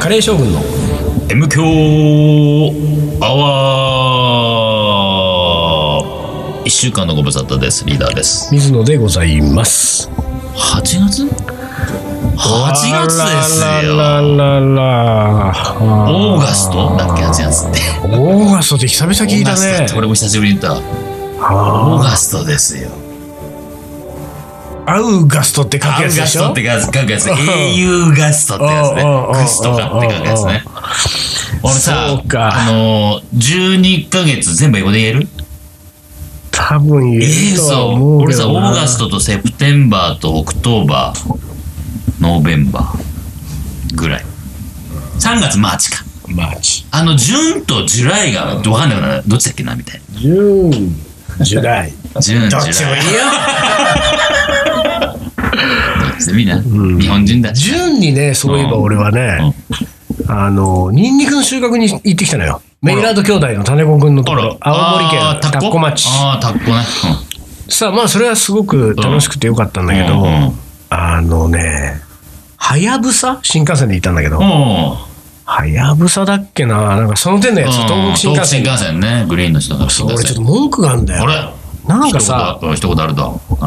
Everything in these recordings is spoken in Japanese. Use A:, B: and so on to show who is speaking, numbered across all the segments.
A: カレー将軍の
B: M 強アワー一週間のご無沙汰ですリーダーです
A: 水野でございます
B: 8月 ?8 月です
A: あ
B: よ
A: ららら
B: オ
A: オ
B: ーガストだっけ8月って
A: オーガストって久々聞い
B: オーガ
A: た
B: ストって
A: ね
B: 俺も久しぶりに言ったオー
A: あ
B: ガストですよ
A: ーアウガストって書
B: ア
A: く
B: ウ
A: や
B: ガ
A: つで
B: ス
A: し
B: ト
A: ょ
B: って書くやつ
A: うん
B: 英雄ガストってやつね
A: うんうんうん
B: クスとかって書くやつね俺さ
A: そうか
B: あのー12ヶ月全部英語で言える
A: 多分言
B: え
A: え
B: え
A: るとは
B: さ、
A: 思う
B: 俺
A: けど
B: さ、
A: な
B: オーガストとセプテンバーとオクトーバー、ノーベンバーぐらい。3月マーチか。
A: マーチ
B: あの、ジューンとジュライが分かんなくなる。どっちだっけなみたい
A: ジューンジュライ
B: な。ジューン、ジ
A: ど
B: ュ
A: っ
B: ライ。
A: ちもいいよ
B: どっちでもいいな。
A: ん
B: 日本人だ。
A: ジューンにねそういえば俺はね、あのニンニクの収穫に行ってきたのよメイラード兄弟の種子くんのところ青森県田子町
B: あータッコあー、
A: さあまあそれはすごく楽しくてよかったんだけど、
B: うんうんうん
A: あのねはやぶさ新幹線で行ったんだけど、
B: タッコね。うん。おー
A: はやぶさだっけななんかその点のやつ、
B: うん
A: 東北新幹線
B: 東北新幹線ね。グリーンの人が新
A: 俺
B: 幹
A: ちょっ
B: 線。
A: と文句があるんだ
B: あ
A: よ
B: れ
A: なんかさ、
B: 一言あると。うん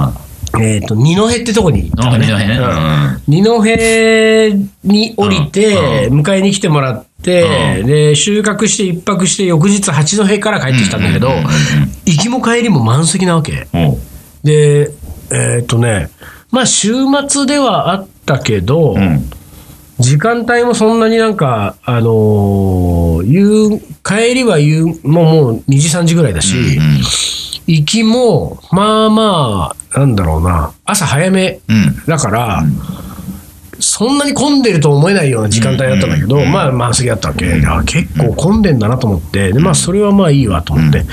A: えっと二戸ってとこに行ったのね
B: 二戸ねうん
A: 二戸に降りて、
B: う
A: 迎えに来てもらって、
B: う
A: で収穫して一泊して翌日八戸から帰ってきたんだけど、
B: うんうんうんうん
A: 行きも帰りも満席なわけ
B: おう
A: でえっ、とねまあ週末ではあったけど、
B: うん。
A: 時間帯もそんなになんか、あのー夕帰りは夕もうもう2時3時ぐらいだし、行きもまあまあなんだろうな朝早め
B: うん。うん。
A: だから、そんなに混んでると思えないような時間帯だったんだけど、
B: うんうんうん
A: まあ満席だったわけ、あ結構混んでんだなと思ってでまあそれはまあいいわと思って、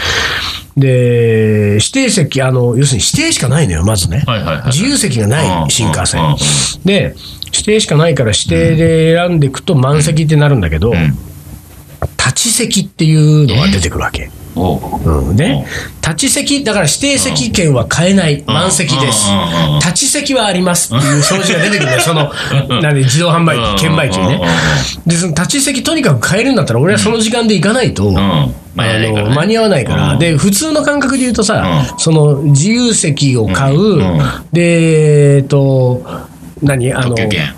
A: で指定席あの要するに指定しかないのよまずね、
B: はいはいはい。
A: 自由席が
B: う
A: なんい新幹線
B: うんうん
A: で指定しかないから指定で選んでいくと満席ってなるんだけど、
B: うん
A: 立ち席っていうのが出てくるわけ、
B: おう
A: うん、ね立ち席だから指定席券は買えない満席です
B: うんうんうん
A: 立ち席はありますっていう表示が出てくる のよそのなんで自動販売
B: うん
A: 機券売機に
B: うん
A: ね
B: うんうん
A: でその立ち席とにかく買えるんだったら俺はその時間で行かないと、
B: うん間に合わないか
A: あ
B: らね
A: の間に合わないから、
B: うん
A: で普通の感覚で言うとさ、
B: う
A: その自由席を買う、
B: うんうん
A: でえっと何あの
B: 特急券。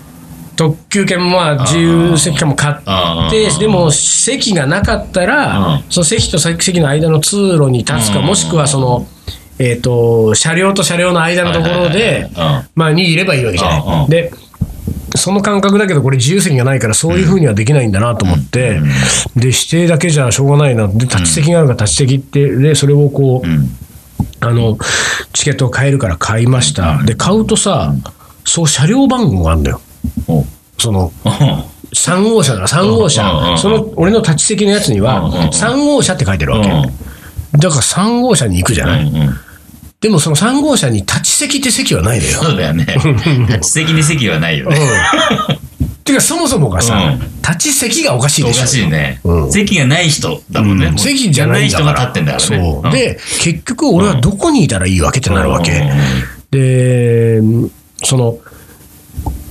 A: 特急券もまあ自由席券も買って
B: ああ
A: でも席がなかった
B: う
A: ら
B: ん
A: その席と席の間の通路に立つか
B: うん
A: もしくはその、えー、と車両と車両の間のところ
B: はいはい
A: で
B: はいはいうん
A: まあにいればいいわけじゃ
B: うん
A: ない。
B: うん
A: でその感覚だけどこれ自由席がないからそういうふうにはできないんだなと思って、で指定だけじゃしょうがないなで立ち席があるから立ち席ってでそれをこう、
B: うん。
A: あのチケットを買えるから買いましたで買うとさそう車両番号があるんだよ
B: おう
A: その3号車だから3号
B: うんうんうんう
A: 車
B: ん
A: その俺の立ち席のやつに
B: うんうんうん
A: は3号車って書いてるわけ
B: うん
A: だから3号車に行くじゃない
B: うんうん
A: でもその3号車に立ち席って席はないのよ
B: そうだ よね。立ち席に席はないよね。
A: うんてかそもそもが
B: う
A: さ
B: ん
A: 立ち席がおかしい
B: お
A: で
B: か
A: しょ
B: しいね
A: う。ん
B: 席がない人だもんね。もう
A: 席じゃないんだ
B: 人
A: か
B: が
A: ら
B: 立ってんだからね
A: そう。で結局俺はどこにいたらいいわけって
B: うん、
A: なるわけ、
B: うん
A: で、その、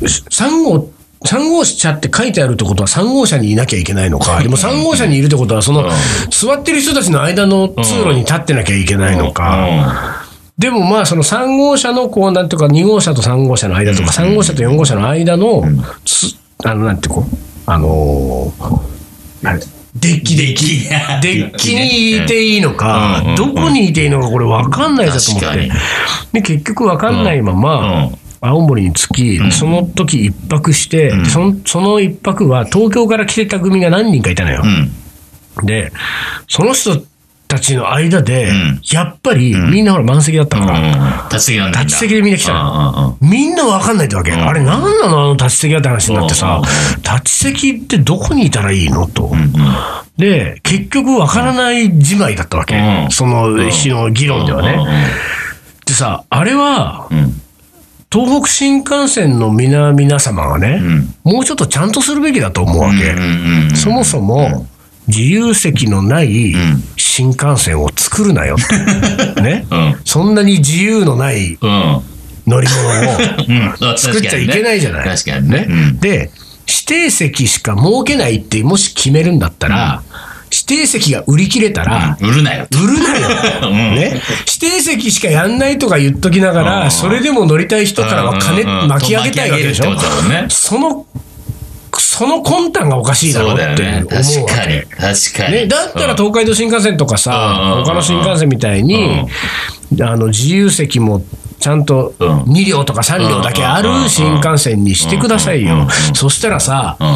A: 3号、3号車って書いてあるってことは3号車にいなきゃいけないのか、でも3号車にいるってことは、その
B: うん、
A: 座ってる人たちの間の通路に立ってなきゃいけないのか、でもまあ、その3号車の、こう、なんていうか、2号車と3号車の間とか、3号車と4号車の間の、つあの、なんていうか、あのーあれデッキで、
B: デッキ。
A: デッキにいていいのか
B: うん、
A: どこにいていいのか、これ分かんないだと思っ
B: 確か
A: て
B: に。
A: で、結局分かんないまま、
B: うん
A: 青森に着き、その時一泊して、
B: ん
A: そのその一泊は東京から来てた組が何人かいたのよ
B: う。ん。
A: で、その人たちの間で、
B: うん
A: やっぱりみんなほら満席だった
B: う
A: から、
B: ん立ち席なんだ。
A: 立ち席でみんな来たの
B: うんうんうん
A: みんな分かんないってわけ。
B: うん
A: あれ何なのあの立ち席はって話になってさ
B: う、
A: 立ち席ってどこにいたらいいのと。
B: うんうん
A: で、結局分からないじまいだったわけ。
B: うん
A: その日の議論ではね。でさ、あれは、
B: うんうん
A: 東北新幹線の皆皆様がね、
B: うん
A: もうちょっとちゃんとするべきだと思うわけ。
B: うんうんうん。
A: そもそも、自由席のない新幹線を作るなよ って。ね。
B: うん。
A: そんなに自由のない
B: うん。
A: 乗り物を。
B: うん、作
A: 作っちゃいけないじゃない。
B: 確かにね。
A: で、指定席しか設けないって、もし決めるんだったら、指定席が売り切れたら、
B: うん売るなよ。
A: 売るなよ、
B: うん
A: ね、指定席しかやんないとか言っときなが
B: うん
A: ら、それでも乗りたい人からは金
B: うんうんうん
A: 巻き上げたいわけでし
B: 巻
A: ょ
B: き上げるってことだもんね。
A: その、その魂胆がおかしいだろ
B: そううだ
A: っ
B: よ
A: て
B: ね。
A: 思う
B: 確
A: わ
B: か
A: け
B: に。。確かに。
A: ね、だったら
B: うん
A: 東海道新幹線とか
B: うんうんうん
A: さ
B: うん、
A: 他の新幹線みたいに、あの自由席もちゃんと
B: うん
A: 2両とか3両だけあ
B: うんうんうんうん
A: る新幹線にしてください
B: うんうんうん
A: よ
B: う。ん
A: そしたらさ、
B: うん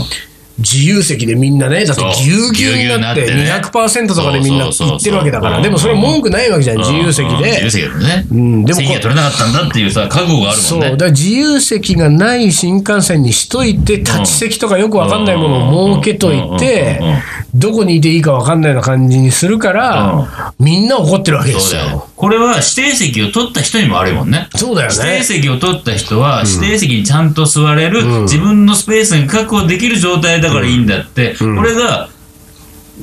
A: 自由席でみんなね、だって
B: そう
A: ぎゅうぎゅうになって
B: ぎゅうぎゅうになってね
A: 200%とかでみんな
B: そうそうそうそう
A: 行ってるわけだか
B: う
A: ら、
B: ん
A: でもそれ文句ないわけじゃん、自由席
B: うんうん自
A: で
B: 由。席だね。
A: んでもこう
B: 席が取れなかったんだっていうさ、覚悟がある
A: そ
B: も
A: う、
B: んね。
A: だから自由席がない新幹線にしといて、立ち席とかよくわかんないものを設けといて
B: うんうんうんうんうん、
A: どこにいていいかわかんないような感じにするから、みんな怒ってるわけで
B: そう
A: す
B: だ
A: よ。
B: よ。これは指定席を取った人にも悪いもんね。
A: そうだよ
B: 指
A: ね
B: 定。席を取った人は、指定席にちゃんと座れる、
A: うん
B: 自分のスペースが確保できる状態だからいいんだって、
A: ん
B: これが、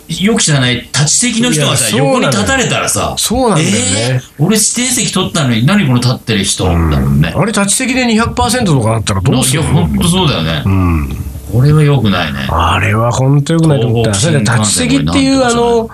B: よく知らない、立ち席の人がさ、
A: いや
B: 横
A: そう
B: に
A: なのよ
B: 立たれたらさ、
A: そうなんだよね
B: えー俺指定席取ったのに、何この立ってる人だもんね。
A: あれ、立ち席で200%とかなったらどうす
B: い
A: る
B: や、
A: の
B: ほんとそうだよね。
A: うん
B: これは良くないね。
A: あれは本当よくないと思った。それで立ち席っていう、あの、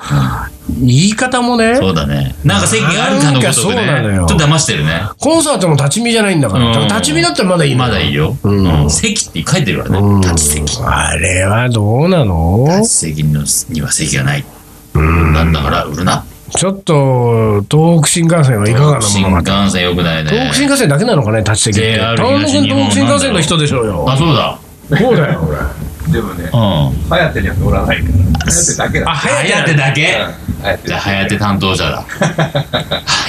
A: 言い方もね、
B: そうだね。なんか席があるか
A: なん
B: のごとくね。
A: かそうなの
B: ちょ
A: よ
B: っと騙してるね。
A: コンサートも立ち見じゃないんだから。
B: うん
A: だから立ち見だったらまだいいの
B: まだいいよ。
A: うん
B: うん席って書いてるから
A: うん
B: ね。立ち席。
A: あれはどうなの
B: 立ち席のには席がない。なんだから売るな。
A: ちょっと、東北新幹線はいかがなも
B: 新
A: のか
B: 幹
A: と。
B: 線良くないね。
A: 東北新幹線だけなのかね、立ち席って。
B: JR
A: 田野君東北新幹線の人でしょうよ。
B: あ、そうだ。
A: そうだ よ、俺。
C: でもね、
B: うん。
C: はやてには乗らないから。はやてだけだ。
A: あ
B: はやてだけ
C: はやて
B: じゃあ、はやて担当者だ。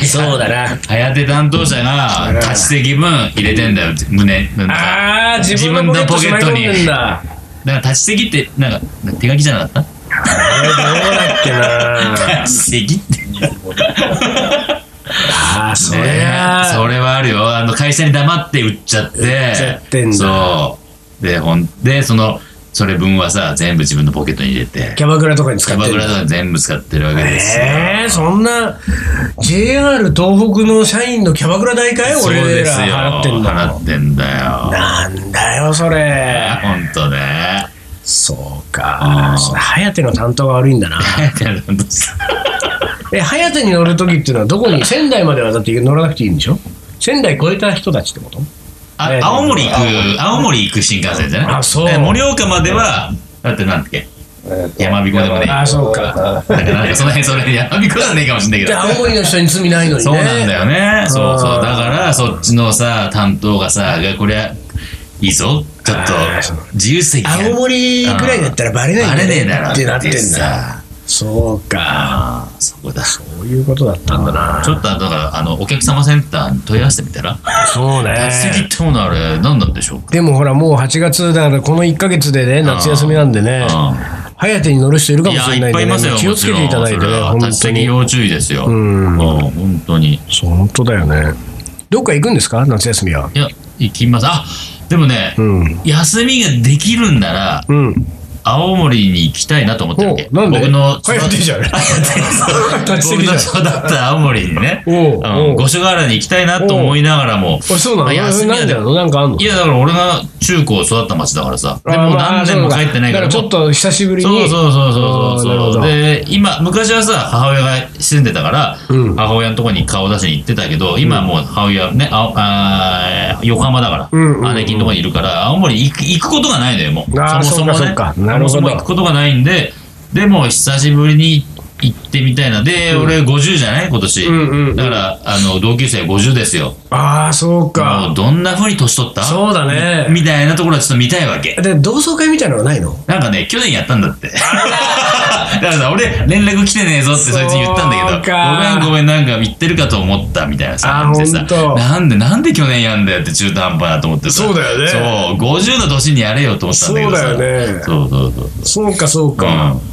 A: そうだな。
B: はやて担当者が、立ち席分入れてんだよ、胸の中。
A: あー、自分のポケットに。
B: 自分のポケットに
A: どうだ
B: だから、立ち席って、なんか、手書きじゃ なかっ
A: っ けな。
B: た立ち席って。
A: あー、そり
B: ね
A: ゃ
B: それはあるよあの会社に黙って売っちゃって
A: っちゃってんだ
B: そうでほんでそのそれ分はさ全部自分のポケットに入れて
A: キャバクラとかに使
B: キャ
A: っ
B: バ
A: て
B: ク
A: る
B: ラとか全部使ってるわけですよ、
A: えー、そんな JR 東北の社員のキャバクラ代かい
B: そう
A: 俺
B: ですよ
A: ら払ってんだ
B: 払ってんだよ
A: なんだよそれ
B: 本当ね
A: そうかそれ颯の担当が悪いんだなえ颯に乗る時っていうのはどこに仙台まではだって乗らなくていいんでしょ仙台越えた人たちってこと
B: あ
A: えー
B: 青森行く青森行く新幹線じゃない
A: あそう
B: で盛岡まではだってなんだっけやまびこでもね
A: あそうか
B: だからなんかその辺それやまびこじゃねえかもしれないけ
A: で
B: ど
A: 青森の人に罪ないのにね
B: そうなんだよね。そうそう。だから、そっちのさ、担当がさ、いやこりゃ、いいぞ。ちょっと
A: あーそう、
B: 自由席が
A: 青森ぐらいだったらバレない
B: バ
A: んだ
B: レ
A: よ
B: ねえだろ
A: ってなってんだ
B: さ。
A: そうか
B: ああ、そこだ。ち
A: そういうことだったんだな
B: ょっと、だから、あの、お客様センターに問い合わせてみたら、
A: そうね
B: 席ってものあれ、何なんでしょうか。
A: でもほらもう8月だからこの1か月でね夏休みなんでね早手に乗る人いるか
B: い
A: もし
B: や、
A: れないん
B: いっぱい
A: で、
B: います
A: ね
B: よ。、
A: 気をつけていただいてね
B: もちろんそれは
A: 本
B: 立ち
A: 当
B: 席
A: に
B: 要注意ですよ。うんん本当に。
A: そう本当だよねどっか行くんですか夏休みはい
B: や、行きます。あ、でもね
A: う、ん
B: 休みができるんなら、
A: うん
B: 青森に行きたいなと思ってるわけ。
A: おなんで
B: 僕の、
A: 早手じ ゃん立ち席じゃ
B: 僕の
A: ん
B: そうだった青森にね、
A: おう
B: うん
A: おう
B: 五所川原に行きたいなと思いながらも、
A: あそうなの
B: まあ休み
A: な
B: は
A: ん
B: で
A: でなのなんかあんの
B: いやだから俺が中高育った町だからさ、で
A: あ
B: もう
A: まあ
B: 何年も
A: そう
B: 帰ってないから、
A: だからちょっと久しぶりに
B: そうそうそうそう
A: あーなる
B: そう
A: ほ
B: そう
A: ど
B: で今昔はさ母親が住んでたから、
A: うん
B: 母親のとこに顔出しに行ってたけど今はもう母親はねああー横浜だから、
A: うんうんうん
B: 姉貴のとこにいるから青森行く行くことがないのよもう
A: あー
B: そもそも
A: そ
B: ね
A: っかそっかな
B: そ
A: る
B: も
A: ほど
B: そも行くことがないんででも久しぶりに行ってみたいなで、俺50じゃない今年、
A: うんうんうん
B: だからあの同級生50ですよ
A: ああそう
B: も
A: か
B: うどんな風に年取った
A: そうだね
B: みたいなところはちょっと見たいわけ
A: で同窓会みたいなのはないの
B: なんかね、去年やったんだって。だ からさ、俺、連絡来てねえぞってそいつ言ったんだ
A: そう
B: け
A: か
B: ど、ごめんごめん、なんか言ってるかと思ったみたいなさ、
A: あ
B: 感じでさ
A: ほんと
B: なんで、なんで去年やんだよって中途半端なと思ってさ
A: そうだよね
B: そう、50の年にやれよと思ったんだけどさ。
A: そうだよね
B: そうそうそう。
A: そうかそうか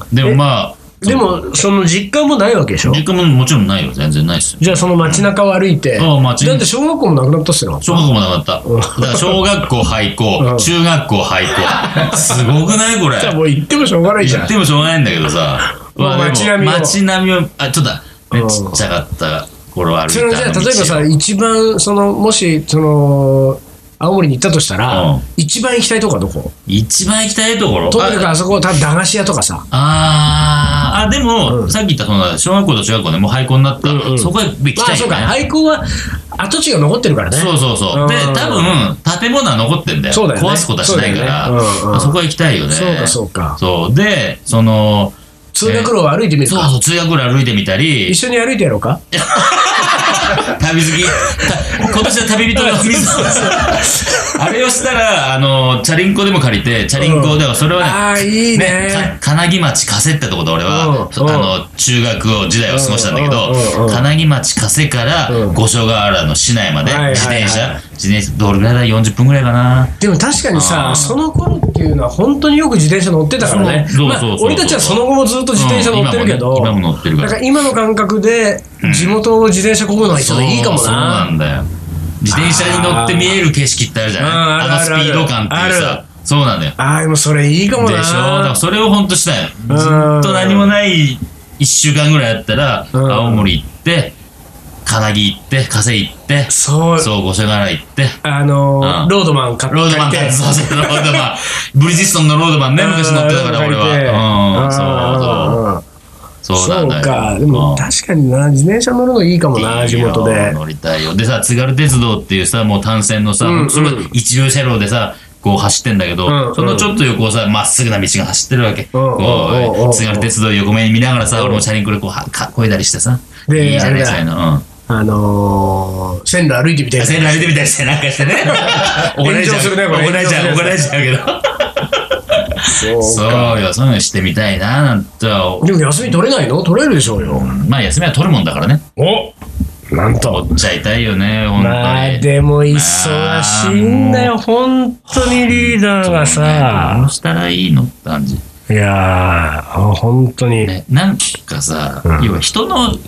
B: うん、でもまあ、
A: でもその実感もないわけでしょ
B: 実家ももちろんないよ、全然ないっすよ。
A: じゃあその街中を歩いて
B: うん街中
A: だって小学校もなくなったっすよ
B: 小学校もなかった。だから小学校廃
A: う
B: 校、
A: ん
B: 中学校廃 校。すごくないこれ。
A: じゃあもう行ってもしょうがないじゃ
B: 言っ
A: ん
B: てもしょうがないんだけどさ。
A: まあ
B: まあでも
A: 街並みを
B: 街並みを、あ、ちょっと、ね
A: うん
B: ちっちゃかった頃歩いたあ
A: それはじゃあ
B: の道
A: 例えば
B: を
A: さ一番そのもしその青森に行ったとしたら、
B: うん
A: 一番行きたいとこはどこ
B: 一番行きたいところ
A: とにかくあそこ、多分駄菓子屋とかさ。
B: あーあ、でも、
A: うん
B: さっき言ったその小学校と中学校でもう廃校になった、
A: うんうん
B: そこへ行き
A: ま
B: た
A: あ、
B: い
A: そう
B: よ
A: か、
B: ね。
A: 廃校は跡地が残ってるからね。
B: そうそうそう。で
A: うん、
B: 多分、建物は残ってんだよ。
A: そうだよね
B: 壊すことはしないから、
A: そうだよねうんうん
B: あそこは行きたいよね。
A: そうか、そうか。
B: そうで、その、
A: 通学路を歩いてみる
B: そう
A: か。
B: そう、通学路歩いてみたり
A: 一、緒に歩いてやろうか。
B: 旅好き、た今年は旅人の水あれをしたら、あの、チャリンコでも借りて、チャリンコでは、それはね、
A: ああ、いい
B: ね
A: ね。、
B: か金木町加瀬ってとこで俺は、
A: うん
B: あの中学を時代を過ごしたんだけど、
A: うんうんうん
B: 金木町加瀬から
A: うん
B: 五所川原の市内まで
A: はいはいはい
B: 自転車、自転車どれぐらいだ40分ぐらいかな
A: でも確かに
B: あ
A: さ、
B: ー
A: その頃っていうのは本当によく自転車乗ってたからね
B: そう。
A: まあ
B: そうそうそうそう
A: 俺たちはその後もずっと自転車乗ってるけど、
B: うん今もね今も乗ってるから
A: なんか今の感覚で地元を自転車こぐのは一
B: そう
A: 番いいかも
B: そうな
A: な。
B: んだよ自転車に乗って見える景色ってあるじゃない
A: あー
B: あ
A: あるある
B: のスピード感っていう
A: ある
B: さそうなんだよ
A: ああ、でもそれいいかも
B: で
A: な。
B: しょだからそれを本当したい
A: うん
B: のずっと何もない1週間ぐらいだったら
A: うん
B: 青森行って金木行って加瀬行って
A: そう、
B: そう五所川原行って
A: あのー
B: うん
A: ロードマン買っ
B: ロードマン
A: 借りて
B: そうそう、ロー ドマン。ブリヂストンのロードマンね、昔乗ってたから、俺は。
A: は。
B: うん、そう、そう
A: そ
B: なん
A: う
B: だよ。
A: か、でも
B: うん
A: 確かにな、自転車乗るのいいかもな、地元
B: いいよ
A: で。
B: 乗りたいよ。でさ、津軽鉄道っていうさ、もう単線のさ、
A: うんうん
B: すごい一流車両でさ、こう走ってんだけど、
A: うんうん
B: そのちょっと横をさ、まっすぐな道が走ってるわけ。
A: うんうん
B: こう
A: うんうん
B: 津軽鉄道を横目に見ながらさ、
A: うん
B: 俺もチャリンコでこう、はかっこいだりしてさ。
A: で
B: いいじゃない
A: あれだ
B: そういうの。うん。
A: あのー、線路歩いて みたいな。
B: セーラー出てみたりしてなんかし てね。怒られち
A: 炎
B: ゃ
A: 上
B: う。
A: するねこれ
B: 怒られちゃう、怒られちゃうけど。
A: そ
B: そうよ、そういうのしてみたいな、なんては
A: う。でも休み取れないの取れるでしょうよ。
B: まあ、休みは取るもんだからね。
A: おなんと。
B: 取っちゃいたいよね、本当に。
A: まあでも忙しいんだよ、本当にリーダーが
B: ど
A: さ
B: う。したらいいのって感じ。
A: いやー、本当に。
B: ね、なんかさ、
A: うん
B: 要は人のう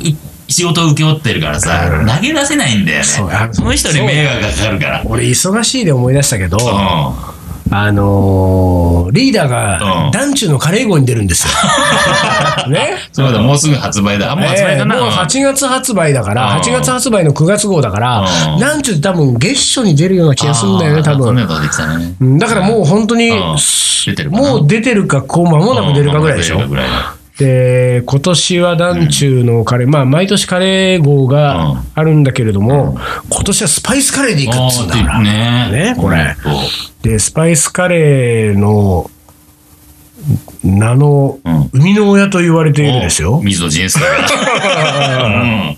B: 仕事を請け負ってるからさ、
A: うん
B: 投げ出せないんだよね。
A: そうあ
B: その人に迷惑がかかるから。
A: 俺忙しいで思い出したけど、
B: う
A: あのー、リーダー
B: う
A: が
B: ん
A: 団中のカレー号に出るんです よ。ね
B: ん。そうだ、もうすぐ発売だ。あ、もう発売
A: え
B: か
A: え
B: な。
A: もう8月発売だから、
B: うん
A: 8月発売の9月号だから
B: う、ん
A: なんちゅう多分月初に出るような気がするんだよね、多分。
B: ができたね。
A: うんだからもう本当に
B: うん、出てるかな
A: もう出てるか、こう、間もなく出るかぐらいでしょ
B: うん。間もなく
A: で、今年は団中のカレー、まあ、毎年カレー号
B: う
A: が
B: ん
A: あるんだけれども、今年はスパイスカレーでい
B: 出
A: く
B: る
A: っ
B: かぐらい
A: つうん
B: だ
A: だから。
B: あーってね。
A: ねこれ
B: そう
A: で、スパイスカレーの名の
B: うん
A: 生みの親と言われているんですよ。
B: 水野仁 介が。うん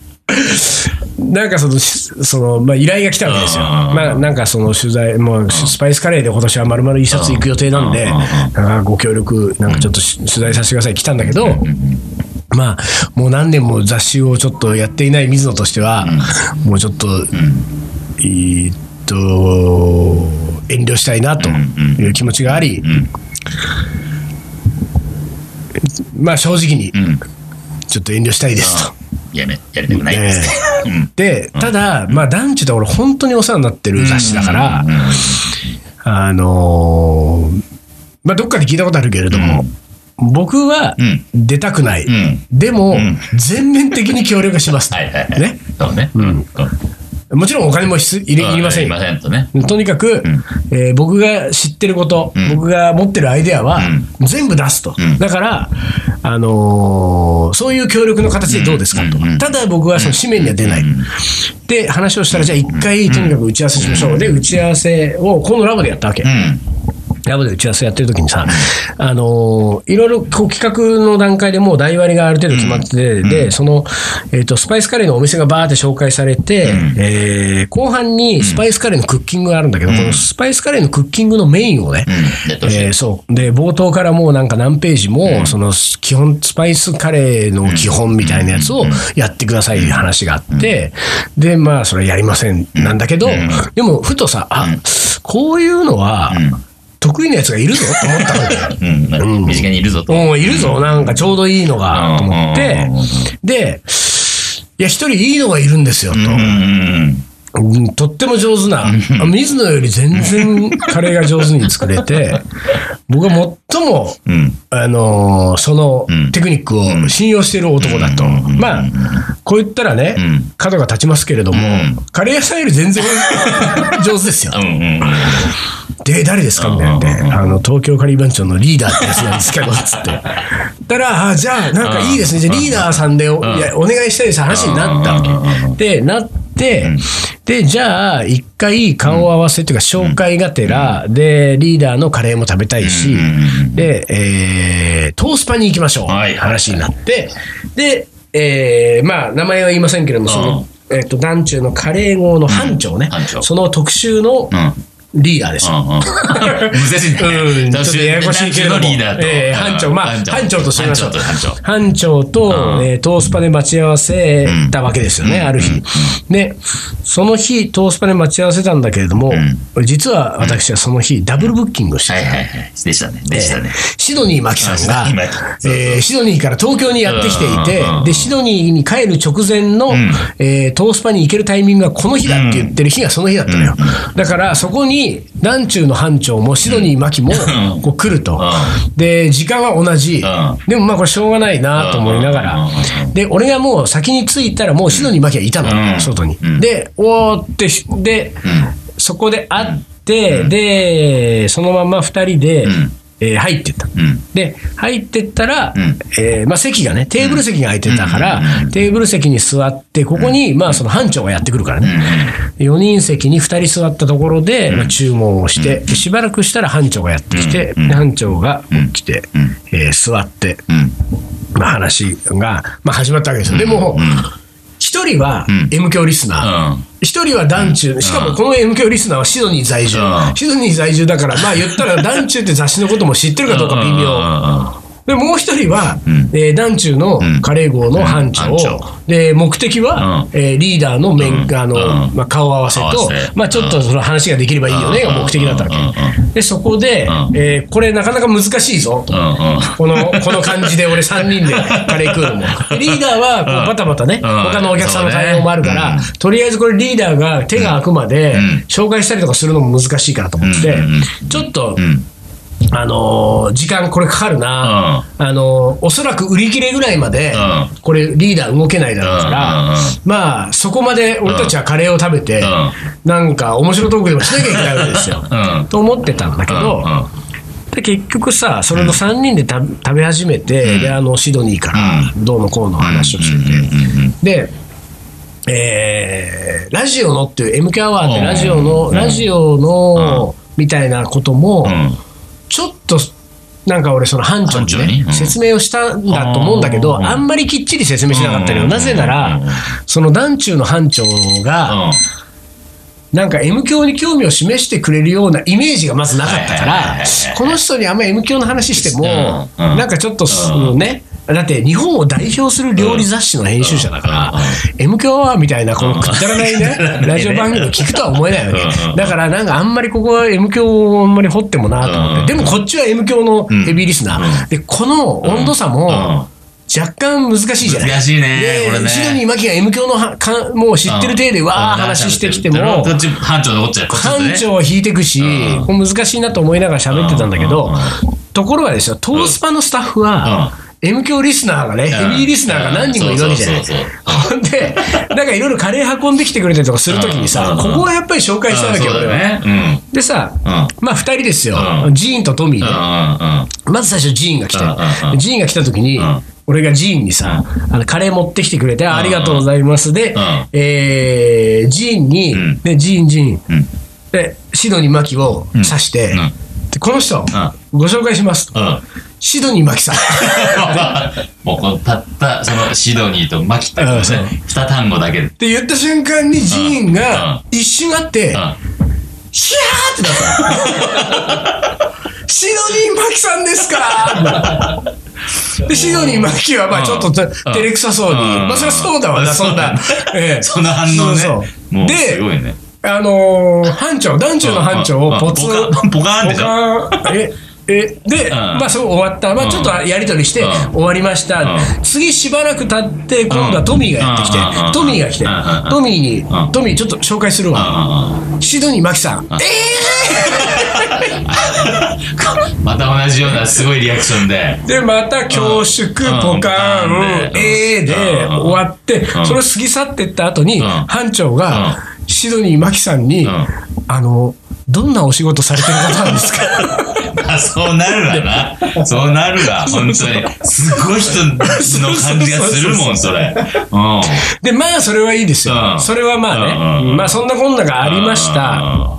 A: なんかその、しその、まあ、依頼が来たわけですよ。
B: うんうんうん
A: まあ、なんかその取材、もう、スパイスカレーで今年は丸々一冊行く予定なんで、
B: うんうんうん
A: なんかご協力、なんかちょっとし取材させてください、来たんだけど、まあ、もう何年も雑誌をちょっとやっていない水野としては、もうちょっと、えーっと、遠慮したいなという気持ちがあり、
B: ん
A: まあ、正直に、
B: うん。うん。
A: ちょっと遠慮したいですと。
B: やめ、やりたくないですね。うん
A: で、ただ、まあ、団地って俺、本当にお世話になってる雑誌だから、あのーまあ、どっかで聞いたことあるけれども、僕は
B: うん
A: 出たくない。
B: うん。
A: でも、
B: ん
A: 全面的に協力しますと。
B: はいはいはい。
A: ね。
B: そうね。うん。
A: もちろんお金も必いりいりません
B: い
A: よ
B: ま。せんとね。
A: とにかく、えー僕が知ってること、
B: ん
A: 僕が持ってるアイデアは、全部出すと、
B: ん
A: だから、あのーそういう協力の形でどうですかと、
B: うんうんうん
A: ただ僕はその紙面には出ない、で話をしたら、じゃあ、一回とにかく打ち合わせしましょう、で打ち合わせをこのラボでやったわけ、
B: うん。
A: ラボで打ち合わせやってる時にさ、あのーいろいろこう企画の段階でもう台割りがある程度決まってて、で、その、えっ、と、スパイスカレーのお店がバーって紹介されて、えー後半にスパイスカレーのクッキングがあるんだけど、このスパイスカレーのクッキングのメインをね、
B: うん。やってほしい
A: えーそう。で、冒頭からもうなんか何ページも、その基本、スパイスカレーの基本みたいなやつをやってくださいという話があって、で、まあ、それやりませんなんだけど、でも、ふとさ、あ、こういうのは、得意なやつがいるぞと思ったわけ。
B: うん。なんか身近にいるぞと。
A: うん、いるぞ、なんかちょうどいいのが、と思って
B: うんうんうんうん、
A: で、いや、一人いいのがいるんですよ、と。
B: うんうんうん。
A: うんとっても上手な、あ水野より全然カレーが上手に作れ て、僕は最も、
B: うん。
A: あのーその
B: うん
A: テクニックを信用している男だと。
B: うん
A: まあ、こう言ったらね、
B: うん
A: 角が立ちますけれども、
B: うん
A: カレー屋さんより 全然上手ですよ。
B: うんうん
A: で、誰ですかみたいなんで、
B: うんうんうん
A: あの、東京カリー番長のリーダーってやつなんですけ ど、つって。たら、あじゃあ、なんかいいですね。じゃあ、リーダーさんでお,、
B: ん
A: いやお願いしたいです。話になった
B: うんうんうんう
A: わけ。で、なって、で、じゃあ、一回顔を合わせというか、紹介がてら、で、リーダーのカレーも食べたいし、
B: うんうんうん
A: で、えートースパに行きましょう。
B: はい
A: 話になって、で、えーまあ、名前は言いませんけれども、その、えっ、と、団中のカレー号の班長ね、
B: うん班長
A: その特集の
B: うん。
A: リーダーでした。
B: うんうん難しいね。
A: うん、ちょっとややこしいけれども
B: 男子のリーダーと。
A: ええ班長、まあ、班長としましょう。
B: 班長と班長。
A: 班長と、
B: うん
A: えートースパで待ち合わせたわけですよね、
B: うん
A: ある日。で、その日、トースパで待ち合わせたんだけれども、実は私はその日、ダブルブッキングをして
B: はい
A: た。
B: はいはい。でしたね。でしたね。
A: シドニー・マキさんが
B: あシドニーマキそうそう
A: えーシドニーから東京にやってきていて
B: うんうんうんう、ん
A: でシドニーに帰る直前の、
B: ん
A: えートースパに行けるタイミングがこの日だって言ってる日がその日だったのよ。だからそこに、南中の班長もシドニー・マキも
B: うん
A: こう来ると
B: う。
A: で、時間は同じ
B: ん。
A: でもまあこれしょうがないなと思いなが
B: うん
A: ら
B: うんうんう。
A: で、俺がもう先に着いたらもうシドニー・マキはいた
B: う
A: の、
B: ん
A: 外に
B: う。ん
A: で、おーってし、で、そこで会って、で、そのまま二人で、
B: ん
A: えー入ってった。
B: うん。
A: で、入ってったら、
B: ん
A: えーまあ、席がね、テーブル席が空いてたから、テーブル席に座って、ここに、まあ、その班長がやってくるからね、4人席に2人座ったところで、まあ、注文をして、でしばらくしたら班長がやってきて、で班長が来て、えー座って、
B: うん。
A: まあ、話が、まあ、始まったわけですよ。でも、一人は
B: ん
A: M 教リスナー、
B: うん。
A: 一人は団中、しかもこの M 響リスナーはシドニー在住
B: う。ん
A: シドニー在住だから、まあ言ったら団中って雑誌のことも知ってるかどうか微妙。で、もう一人は、えー団中のカレー号の班長
B: うん班長。
A: で、目的は、
B: う
A: えーリーダーの面、
B: うん
A: あの、
B: うん
A: まあ、顔合わせと、
B: 顔合わせ
A: まあちょっとその話ができればいいよねが目的だったわけ。
B: うん
A: で、そこで、
B: うん
A: えーこれなかなか難しいぞ。
B: うんうん。
A: この、この感じで俺3人でカレー食うのも。 リーダーはこ
B: う
A: うんバタバタね、
B: うん
A: 他のお客さんの対応もあるから、
B: そ
A: とりあえずこれリーダーが手が空くまで
B: ん
A: 紹介したりとかするのも難しいからと思って
B: うんうんう、
A: ちょっと
B: う、ん。
A: あのー、時間これかかるな。あのー、おそらく売り切れぐらいまで
B: う、
A: これリーダー動けないだろうか
B: うんうん
A: ら
B: うん、
A: まあ、そこまで俺たちはカレーを食べて、なんか面白トークでもしなきゃいけないわけですよ。
B: うん。
A: と思ってたんだけど、で結局さそれの3人でた食べ始めて、であのシドニーからどうのこうの話をしてて、で、えーラジオのっていう MK アワーってラジオの、
B: うん
A: ラジオの、みたいなことも、
B: うん。
A: ちょっとなんか俺その班長に,、ね
B: 班長にうん
A: 説明をしたんだと思うんだけど、
B: うん
A: あんまりきっちり説明しなかったけど、
B: うん
A: なぜなら、
B: うん
A: その団中の班長が、なんか M 教に興味を示してくれるようなイメージがまずなかったか
B: はいはいはい
A: ら
B: はい、
A: この人にあんまり M 教の話しても、
B: うんうん
A: なんかちょっとそのね、だって日本を代表する料理雑誌の編集者だから、M 教はみたいな、このくだらない ね、ラジオ番組を聞くとは思えないわ
B: うんう
A: け。
B: ん
A: だからなんかあんまりここは M 教をあんまり掘ってもなと思って、で
B: うん
A: もこっちは M 教のヘビーリスナー。で、この温度差も若干難しいじゃない
B: 難しいね、これ
A: で、
B: ね。
A: シドニー・マキが M 教のはかんもう知ってる体でわー話してきても、
B: こっち班長でこっちこっちだね
A: 班長を引いていくし、
B: うん
A: これ難しいなと思いながら喋ってたんだけど、ところがですよ、トースパのスタッフは、M 教リスナーがね、ヘビーリスナーが何人もいるわけじゃない。
B: うんそうそうそう
A: ほんで、なんかいろいろカレー運んできてくれたりとかするときに
B: う
A: さ、
B: ん
A: ここはやっぱり紹介したわけよ、
B: うん
A: 俺
B: そうだ
A: は。
B: ね。うん。
A: でさ、
B: う
A: まあ二人ですよ、
B: うん
A: ジーンとトミーね。
B: うんうん
A: まず最初ジーンが来
B: うんうん
A: た
B: う
A: よ
B: ん
A: ジーンが来た時に
B: うん、
A: 俺がジーンにさ、あのカレー持ってきてくれて、ありがとうございます。で
B: うん、
A: えージーンに
B: うん、
A: で、ジーン、ジーン
B: うん。
A: で、シドニー・マキを刺して
B: うんうん、
A: でこの人、ご紹介します。
B: うん。 うん。
A: シドニー・マキ さん。
B: もうこうたったそのシドニーとマキってことです
A: うん
B: ね二単語だけで。
A: って言った瞬間にジーンが一瞬あって、
B: うん
A: ヒヤーってなっ たのシドニー・マキさんですかで、シドニー・マキは、まあちょっとて
B: うん
A: 照れくさそうに、
B: うん
A: まあそりゃそうだわな、そん な。ええ
B: その反応ね。
A: そうそう
B: もうすご
A: で、
B: いね。
A: あのー班長、団中の班長をポツ
B: うんうんポカンポカンでしょ
A: ポカンえ、えで、まあ、そう終わった、まあ、ちょっとやり取りして、
B: うん
A: 終わりました、
B: う
A: 次しばらく経って、今度はトミーがやってきて
B: うんうん、
A: トミーが来て
B: う、ん
A: トミーに、
B: うん
A: トミー、ちょっと紹介するわ、
B: あ
A: シドニー・マキさん、え
B: あまた同じようなすごいリアクションで。
A: ー、で、また恐縮、
B: うん
A: ポカ
B: うん
A: ーン、えーで
B: うん
A: 終わって、
B: うん
A: それを過ぎ去ってった後に、
B: うん
A: 班長が、シドニー・マキさんに、
B: うん
A: あの、どんなお仕事されてる方なんですか
B: あそうな るわな。そうなるわ、本当に。すごい人の感じがするもん、それ。うん。
A: で、まあ、それはいいですよ
B: う。ん
A: それはまあ
B: うんうんう
A: ね、
B: ん
A: まあ、そんなこんながありました。
B: あ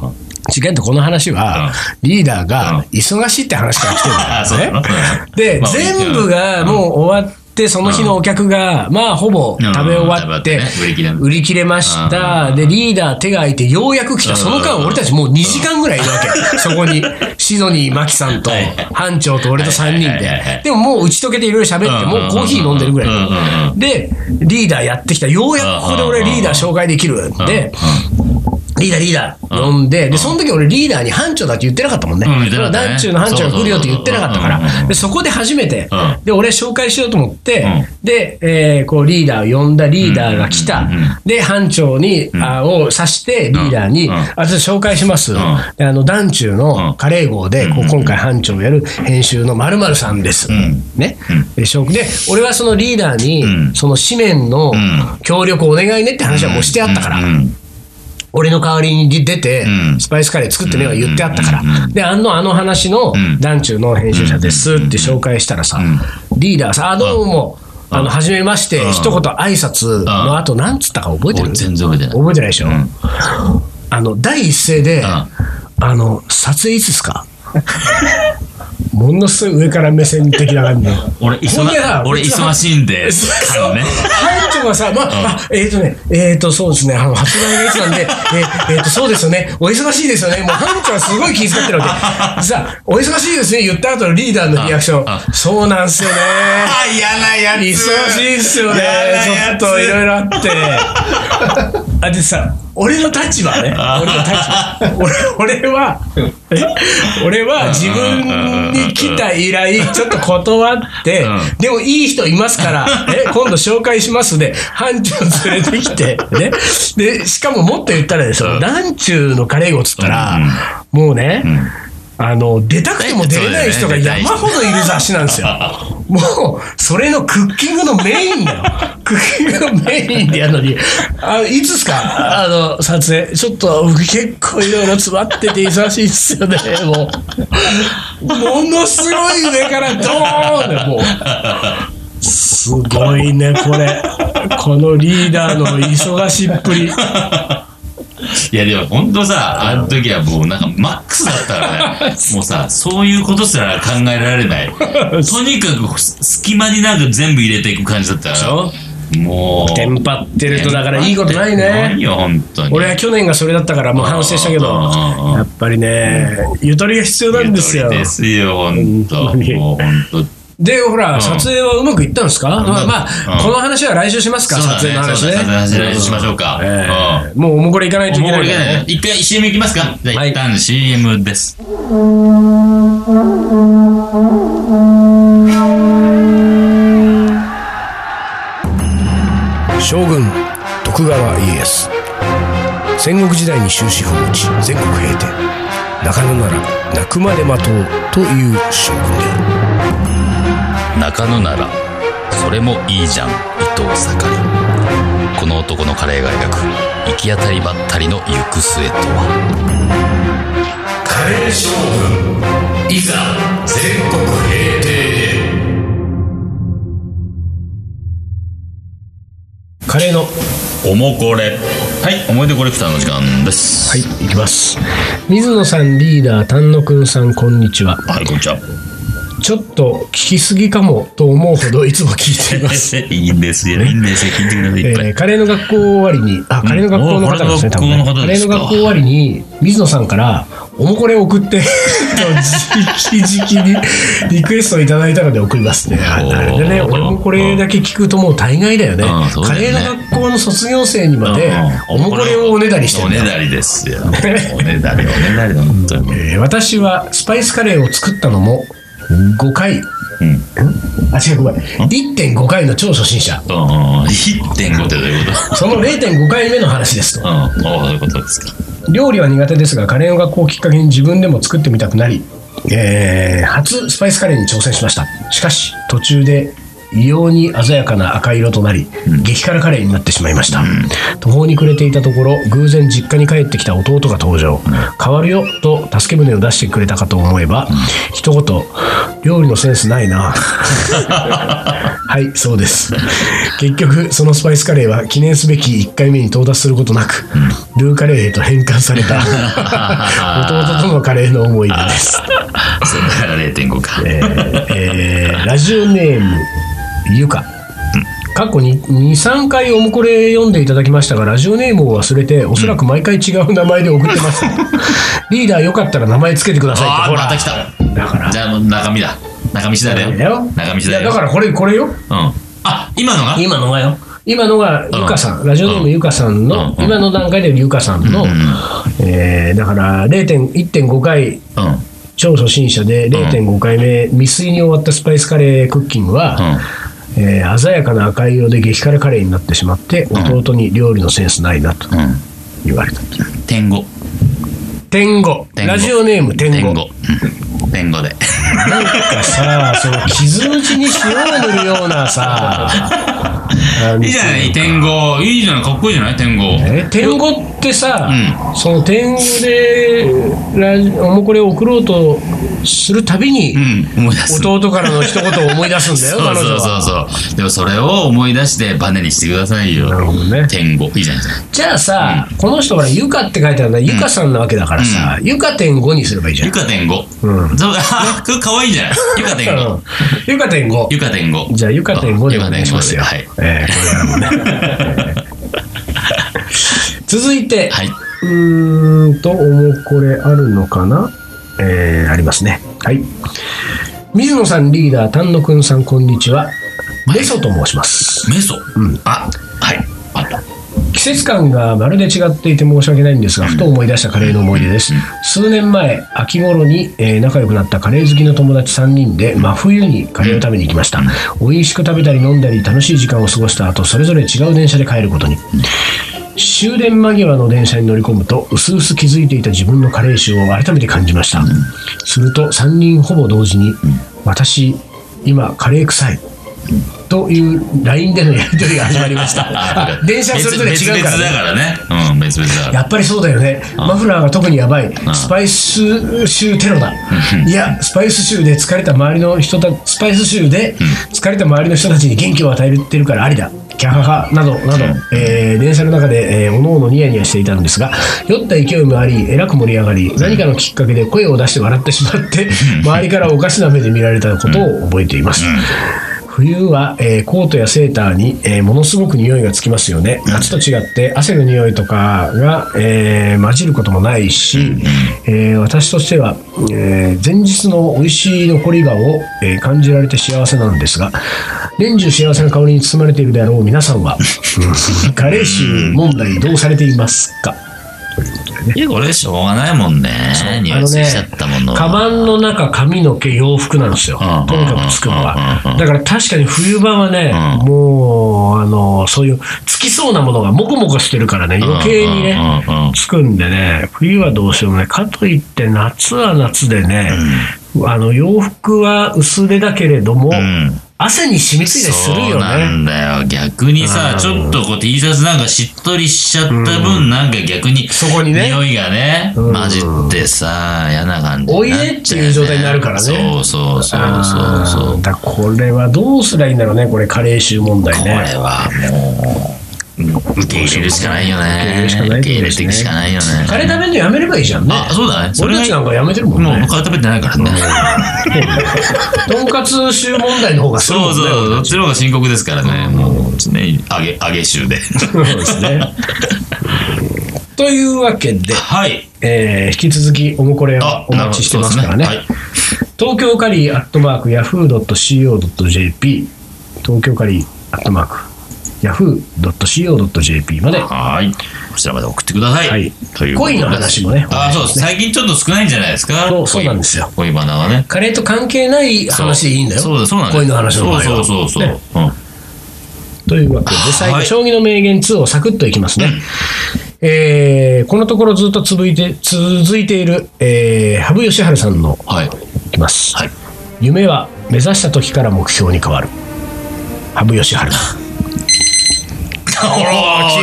A: 違うとこの話は、リーダー
B: うん
A: が忙しいって話から来てるん
B: あ、 そう
A: だ
B: だ
A: よ
B: な
A: ね。。で、
B: まあ
A: 全部がもう終わって、その日のお客が、まあ、ほぼ
B: うん
A: 食べ終わって
B: 食べ終わってね売り切れ、
A: 売り切れました。
B: うん
A: で、リーダー手が空いて、ようやく来た。その間、
B: うん
A: 俺たちもう2時間ぐらいいるわけ。そこに、シドニー、マキさんと
B: はいはい、
A: 班長と俺と3人
B: はいはいはいは
A: で
B: い。
A: でももう打ち解けていろいろ喋って、
B: うん
A: もうコーヒー飲んでるぐらい。
B: うんうんうん
A: で、リーダーやってきた。ようやくここで俺リーダー紹介できる。で、リーダー、リーダー、呼んで、で、その時俺リーダーに班長だって言ってなかったもんね。
B: うん言ってなかったね
A: 団中の班長が来るよって言ってなかったか
B: そうそうそうそううんうんう
A: ら。
B: ん
A: で、そこで初めて
B: う、ん
A: で、俺紹介しようと思って
B: うん、
A: で、えーこうリーダーを呼んだリーダーが来た
B: うんうんうん。
A: で、班長に、あを指して、リーダーに、
B: うんうん
A: あ、ちょっと紹介します。
B: ん
A: であの、団中
B: う
A: の
B: ん
A: カレー号で、こう今回班長をやる編集の〇〇さんです。
B: ん
A: ね。で、紹介で、俺はそのリーダー
B: うん
A: に、その紙面の
B: ん
A: 協力をお願いねって話はもうしてあったから
B: う。ん
A: 俺の代わりに出て
B: う、ん
A: スパイスカレー作ってねは言ってあったか
B: うんうん
A: ら。で、あの、あの話の
B: ん、
A: 団中の編集者ですって紹介したらさ、リーダーさ、あ、どうも、あの、初めまして、一言挨拶の後、なんつったか覚えて
B: 俺
A: る
B: 全然覚えてない。
A: 覚えてないでしょ
B: ん
A: あの、第一声で、
B: ん
A: あの、撮影いつですかものすごい上から目線的な感じの。
B: 俺
A: ほ
B: 忙
A: んでな
B: 俺忙しいんで、
A: そう
B: 感ね。
A: 班長がさ、まあ、あえっ、とね、えっ、と、そうですね、あの、発売がいつなんで、えっ、 えーと、そうですよね、お忙しいですよね、もう班長はすごい気遣ってるわけ。さあ、お忙しいですね、言った後のリーダーのリアクショ
B: あ
A: ン、そうなんすよね。
B: あ、嫌なや
A: 忙しいっすよね
B: や、
A: ちょっといろいろあって。 あ、でさ、俺の立場ね、俺の立場。俺俺 は、え俺は自分に来た依頼、ちょっと断って、
B: うん
A: でもいい人います から、え今度紹介しますで、班長連れてきて、ね。で、しかももっと言ったらですよ、団中のカレーゴっつったら、もうね、あの、出たくても出れない人が山ほどいる雑誌なん ですよ。もう、それのクッキングのメイン だよ。クッキングのメインでやるのに、あいつですかあの、撮影。ちょっと、結構いろいろ詰まってて忙しいっすよね、もう。ものすごい上からドーンで、もう。すごいね、これ。このリーダーの忙しっぷり。
B: いやでも本当さ、あの時はもうなんかマックスだったか らね、もうさ、そういうことすら考えられない。とにかく隙間になんか全部入れていく感じだったか
A: そ
B: ら。も う。
A: テンパってると、だからいいことないね
B: い。よ、本当に。
A: 俺は去年がそれだったからもう反省したけど、
B: うん
A: やっぱりね、ゆとりが必要なんですよ。
B: ですよ、本当。
A: 本当に
B: もう本当。
A: で、ほら、
B: ん
A: 撮影はうまくいったんですか、まあ、まあ
B: うん
A: この話は来週しますか、撮影の話ね。
B: そうだそうだ撮影の話来週しましょうか
A: ん
B: うん
A: ええもうおもこれ行かないとい
B: もう
A: けない
B: 俺
A: か
B: が
A: ら
B: ね
A: ね。
B: 一回 CM 行きますかじゃあ
A: はい
B: 一旦 CM です。
A: 将軍、徳川家康。戦国時代に終止符を打ち、全国平定。中野なら泣くまで待とうという将軍である。
D: 中野ならそれもいいじゃん伊藤盛この男のカレーが描く行き当たりばったりの行く末とは
A: カレー将軍、いざ全国平定カレーの
B: おもこれ。はい、思い出コレクターの時間です。
A: はい、いきます。水野さんリーダー、丹野くんさん、こんにちは。
B: はい、こんにちは。
A: ちょっと聞きすぎかもと思うほどいつも聞いてい ます。
B: いいんですよ、いいんですよ、聞いてください、
A: え
B: いっぱ
A: ー
B: い。
A: カレーの学校終わりに、あ、カレーの学校の方ですね、多分
B: おカレー
A: ね。
B: の学校の
A: カ
B: 方で
A: レー
B: す
A: の
B: か
A: 学校終わりに、水野さんから、おもこれ送 って、じきじきにリクエストいただいたので送りますね。あ
B: おー
A: れでね、俺もこれだけ聞くともう大概だよね
B: うんそう。
A: カ
B: だ
A: レー
B: よね
A: の学校の卒業生にまで、
B: う
A: お
B: ん
A: もこれをおねだりして
B: お
A: るん
B: ね
A: だ。
B: だりで すよ。おねだり、おねだり、本当に。
A: えー私はスパイスカレーを作ったのも5回、
B: うん。
A: あ、違う、ごめん。1.5回の超初心者。
B: うんうんうん1.5ってどういうこ
A: その0.5回目の話ですと
B: と。うん。おうそういうこ とですか。
A: 料理は苦手ですがカレーの学校をきっかけに自分でも作ってみたくなり、えー初スパイスカレーに挑戦しましたしかし途中で異様に鮮やかな赤色となり、激辛カレーになってしまいました、途方に暮れていたところ偶然実家に帰ってきた弟が登場、変わるよと助け舟を出してくれたかと思えば、一言料理のセンスないなはいそうです結局そのスパイスカレーは記念すべき1回目に到達することなく、ルーカレーへと変換され た弟とのカレーの思い出です、
B: それから0.5か。
A: えーえーラジオネームゆか過去に23回おもこれ読んでいただきましたがラジオネームを忘れておそらく毎回違う名前で送って ます、リーダーよかったら名前つけてくださいって
B: ああ、
A: ほら
B: また来た。
A: だから
B: じゃあ、もう中身だ。中身次第だ
A: だよ
B: よ。中身次
A: いや
B: 第だ
A: だ
B: よ。
A: からこれこれよ
B: うん。あ、今のが
A: 今のがよ今のがゆかさん、ラジオネームゆかさんの、
B: うん
A: 今の段階でゆかさんの、
B: うんうん
A: えーだから0.1.5回
B: うん。
A: 超初心者で0.5回目、未遂に終わったスパイスカレークッキングは、えー鮮やかな赤い色で激辛カレーになってしまって、弟に料理のセンスないなと
B: うん。
A: 言われた。
B: うん。点五。
A: 天狗
B: 天狗
A: ラジオネーム天
B: 点
A: 狗
B: 五。うん 点五で。
A: なんか さ、その傷口に塩を塗るようなさ、なんて
B: いいじゃない、点五。いいじゃない、かっこいいじゃない、点五。
A: え天狗ってさ、
B: う
A: その天狗でラジおもこれを送ろうとするたびに、
B: うん、思い出す。
A: 弟からの一言を思い出すんだよ、
B: そう
A: 彼女
B: そうそう
A: は。
B: そう。でもそれを思い出してバネにしてくださいよ。
A: なるほどね
B: 点五。いいじゃない。
A: じゃあさ、この人ほら、ゆかって書いてあるんだ、ゆかさんなわけだからさ、ゆか点5にすればいいじゃん
B: ゆ。か点五。
A: うん
B: そう、あ、これ可愛いじゃない。ゆか点
A: う
B: 五
A: ん。ゆか点5
B: ゆ。か点五。
A: じゃあ、ゆか点5でお
B: ゆか
A: 願い
B: 点
A: し
B: 五
A: ます
B: で
A: よ。
B: はい。
A: ええこれからもね 続いて、
B: はい。
A: うーんと、おもこれあるのかなえー、ありますね。はい。水野さんリーダー、丹野くんさん、こんにちは。メソと申します。
B: メソ。
A: うん
B: あ、はい。あった。
A: 季節感がまるで違っていて申し訳ないんですが、ふと思い出したカレーの思い出です。数年前、秋頃に、えー仲良くなったカレー好きの友達3人で、真冬にカレーを食べに行きました。美味しく食べたり飲んだり楽しい時間を過ごした後、それぞれ違う電車で帰ることに。終電間際の電車に乗り込むと、薄々気づいていた自分のカレー臭を改めて感じました。すると、3人ほぼ同時に、私、今、カレー臭い。という LINE でのやり取りが始まりました。あ電車はそれぞれ違うから、
B: 別々
A: ね
B: だ。からね。うん、別々だから。
A: やっぱりそうだよね、マフラーが特にやばい、スパイス州テロだ、いや、スパイス州で疲れた周りの人たスパイス州で疲れた周りの人たちに元気を与えてるからありだ、キャハハなどなど、えー電車の中で、えー、おのおのニヤニヤしていたのですが、酔った勢いもあり、えらく盛り上がり、何かのきっかけで声を出して笑ってしまって、周りからおかしな目で見られたことを覚えています。冬は、えーコートやセーターに、えーものすごく匂いがつきますよね夏と違って汗の匂いとかが、えー混じることもないし、えー私としては、えー前日の美味しい残り香を、えー感じられて幸せなんですが年中幸せな香りに包まれているであろう皆さんはうんカレー臭問題どうされていますか
B: いや、これしょうがないもんね。匂いついちゃったものは。
A: カバンの中、髪の毛、洋服なんですよ。と
B: うん
A: にかくつくのは
B: うん。
A: だから確かに冬場はね、
B: うん
A: もう、あの、そういう、つきそうなものがもこもこしてるからね、余計にね、
B: うんうんうんうん
A: つくんでね、冬はどうしようもない。かといって夏は夏でね、あの、洋服は薄手だけれども、
B: ん
A: 汗に染みついたりする
B: そう
A: よ
B: な
A: ね。
B: んだよ。逆に
A: う
B: さ
A: ん、
B: ちょっとこう T シャツなんかしっとりしちゃった分、なんか逆に、
A: そこにね
B: 匂いがね、
A: うん
B: 混じってさ、嫌な感じ
A: おい
B: なちゃう
A: でっていう状態になるからね
B: そうそうそうそうそ
A: あー
B: う。
A: だからこれはどうすりゃいいんだろうね、これ、カレー臭問題
B: こ
A: ね。
B: れはもう、受け入れるしかないよね。
A: 受
B: 受
A: け入
B: け入
A: れる
B: れ
A: してかないってことですね
B: いくしかないよね。
A: カレー食べるのやめればいいじゃんね。
B: あ、そうだね。そ
A: 俺
B: れが
A: たちなんかやめてるもんね。
B: もう、僕は食べてないからね。
A: とんかつ臭問題の方がするもん
B: そう
A: ね。
B: そう、
A: 俺
B: ど
A: た
B: っ
A: ち
B: ちの方が深刻で すからね。もう、常に揚げ、揚げ臭で。
A: そうですね。というわけで、
B: はい。
A: えー引き続きおもこれをお待ちしてますからね。
B: なるほどそうです
A: 東京カリーアットマークヤフー .co.jp 東京カリーアットマークヤフー .co.jp まで
B: ねはい。はい。こちらまで送ってください。
A: はい
B: ということで
A: 恋の話もね
B: ああ、そうです。最近ちょっと少ないんじゃないですか。
A: そうそうなんですよ
B: 恋バナはね。
A: カレーと関係ない話でいいんだよ
B: そうだ、そうなんです
A: 恋の話の場合は
B: そうそうそうそう。
A: ね
B: うん
A: というわけで最後、
B: はい
A: 将棋の名言2をサクッといきますね、えーこのところずっと続いて続いている、えー、羽生善治さんの
B: はい。
A: いきます、
B: はい
A: 夢は目指した時から目標に変わる羽生善治さん
B: お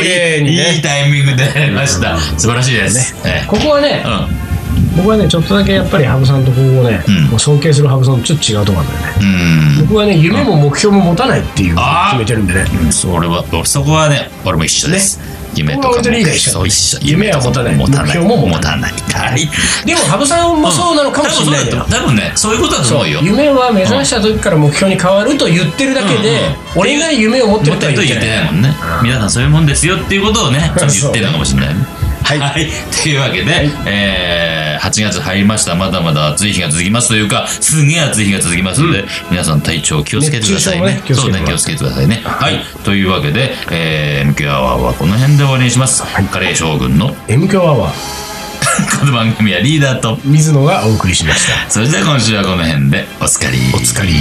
A: 綺麗にね
B: いいタイミングでやりました。素晴らしいです。ええ
A: ここはね、
B: う
A: 僕はねちょっとだけやっぱり羽生さんと今後ね、
B: うん
A: もう尊敬する羽生さんとちょっと違うところなんだよね
B: ん。
A: 僕はね夢も目標も持たないっていうのを
B: あ
A: 決
B: ー
A: めてるんでね
B: うん。それは、そこはね、俺も一緒です。夢と
A: 僕は本
B: かも
A: 当にいいが一緒
B: そう一緒。
A: 夢は
B: とか
A: 持
B: 持
A: たな
B: たないい。
A: 目標も持
B: 持たない。はい。
A: でも羽生さんもそうなのかもしれないけど
B: 多分そうだと思う多分ね、そういうことだと思うよ。
A: 夢は目指した時から目標に変わると言ってるだけで、
B: うんうん
A: 俺が夢を持って
B: 持
A: る
B: っ
A: と
B: て
A: は
B: ると
A: 言って
B: 言って
A: ない
B: ないもんね。皆さんそういうもんですよっていうこと をね、ちょっと言ってるのかもしれないね。
A: はい
B: はい。 というわけで、えー、8月入りました。まだまだ暑い日が続きますというか、すげえ暑い日が続きますので、皆さん体調気をつけてくださいね
A: 熱。中症
B: そう
A: もね
B: ね、気をつけてくださいね。はい。というわけで、えー、MQ アワーはこの辺で終わりにします。カレー将軍の
A: M 強アワー
B: この番組はリーダーと、
A: 水野がお送りしました
B: それでは今週はこの辺で、おつかり。おつかり。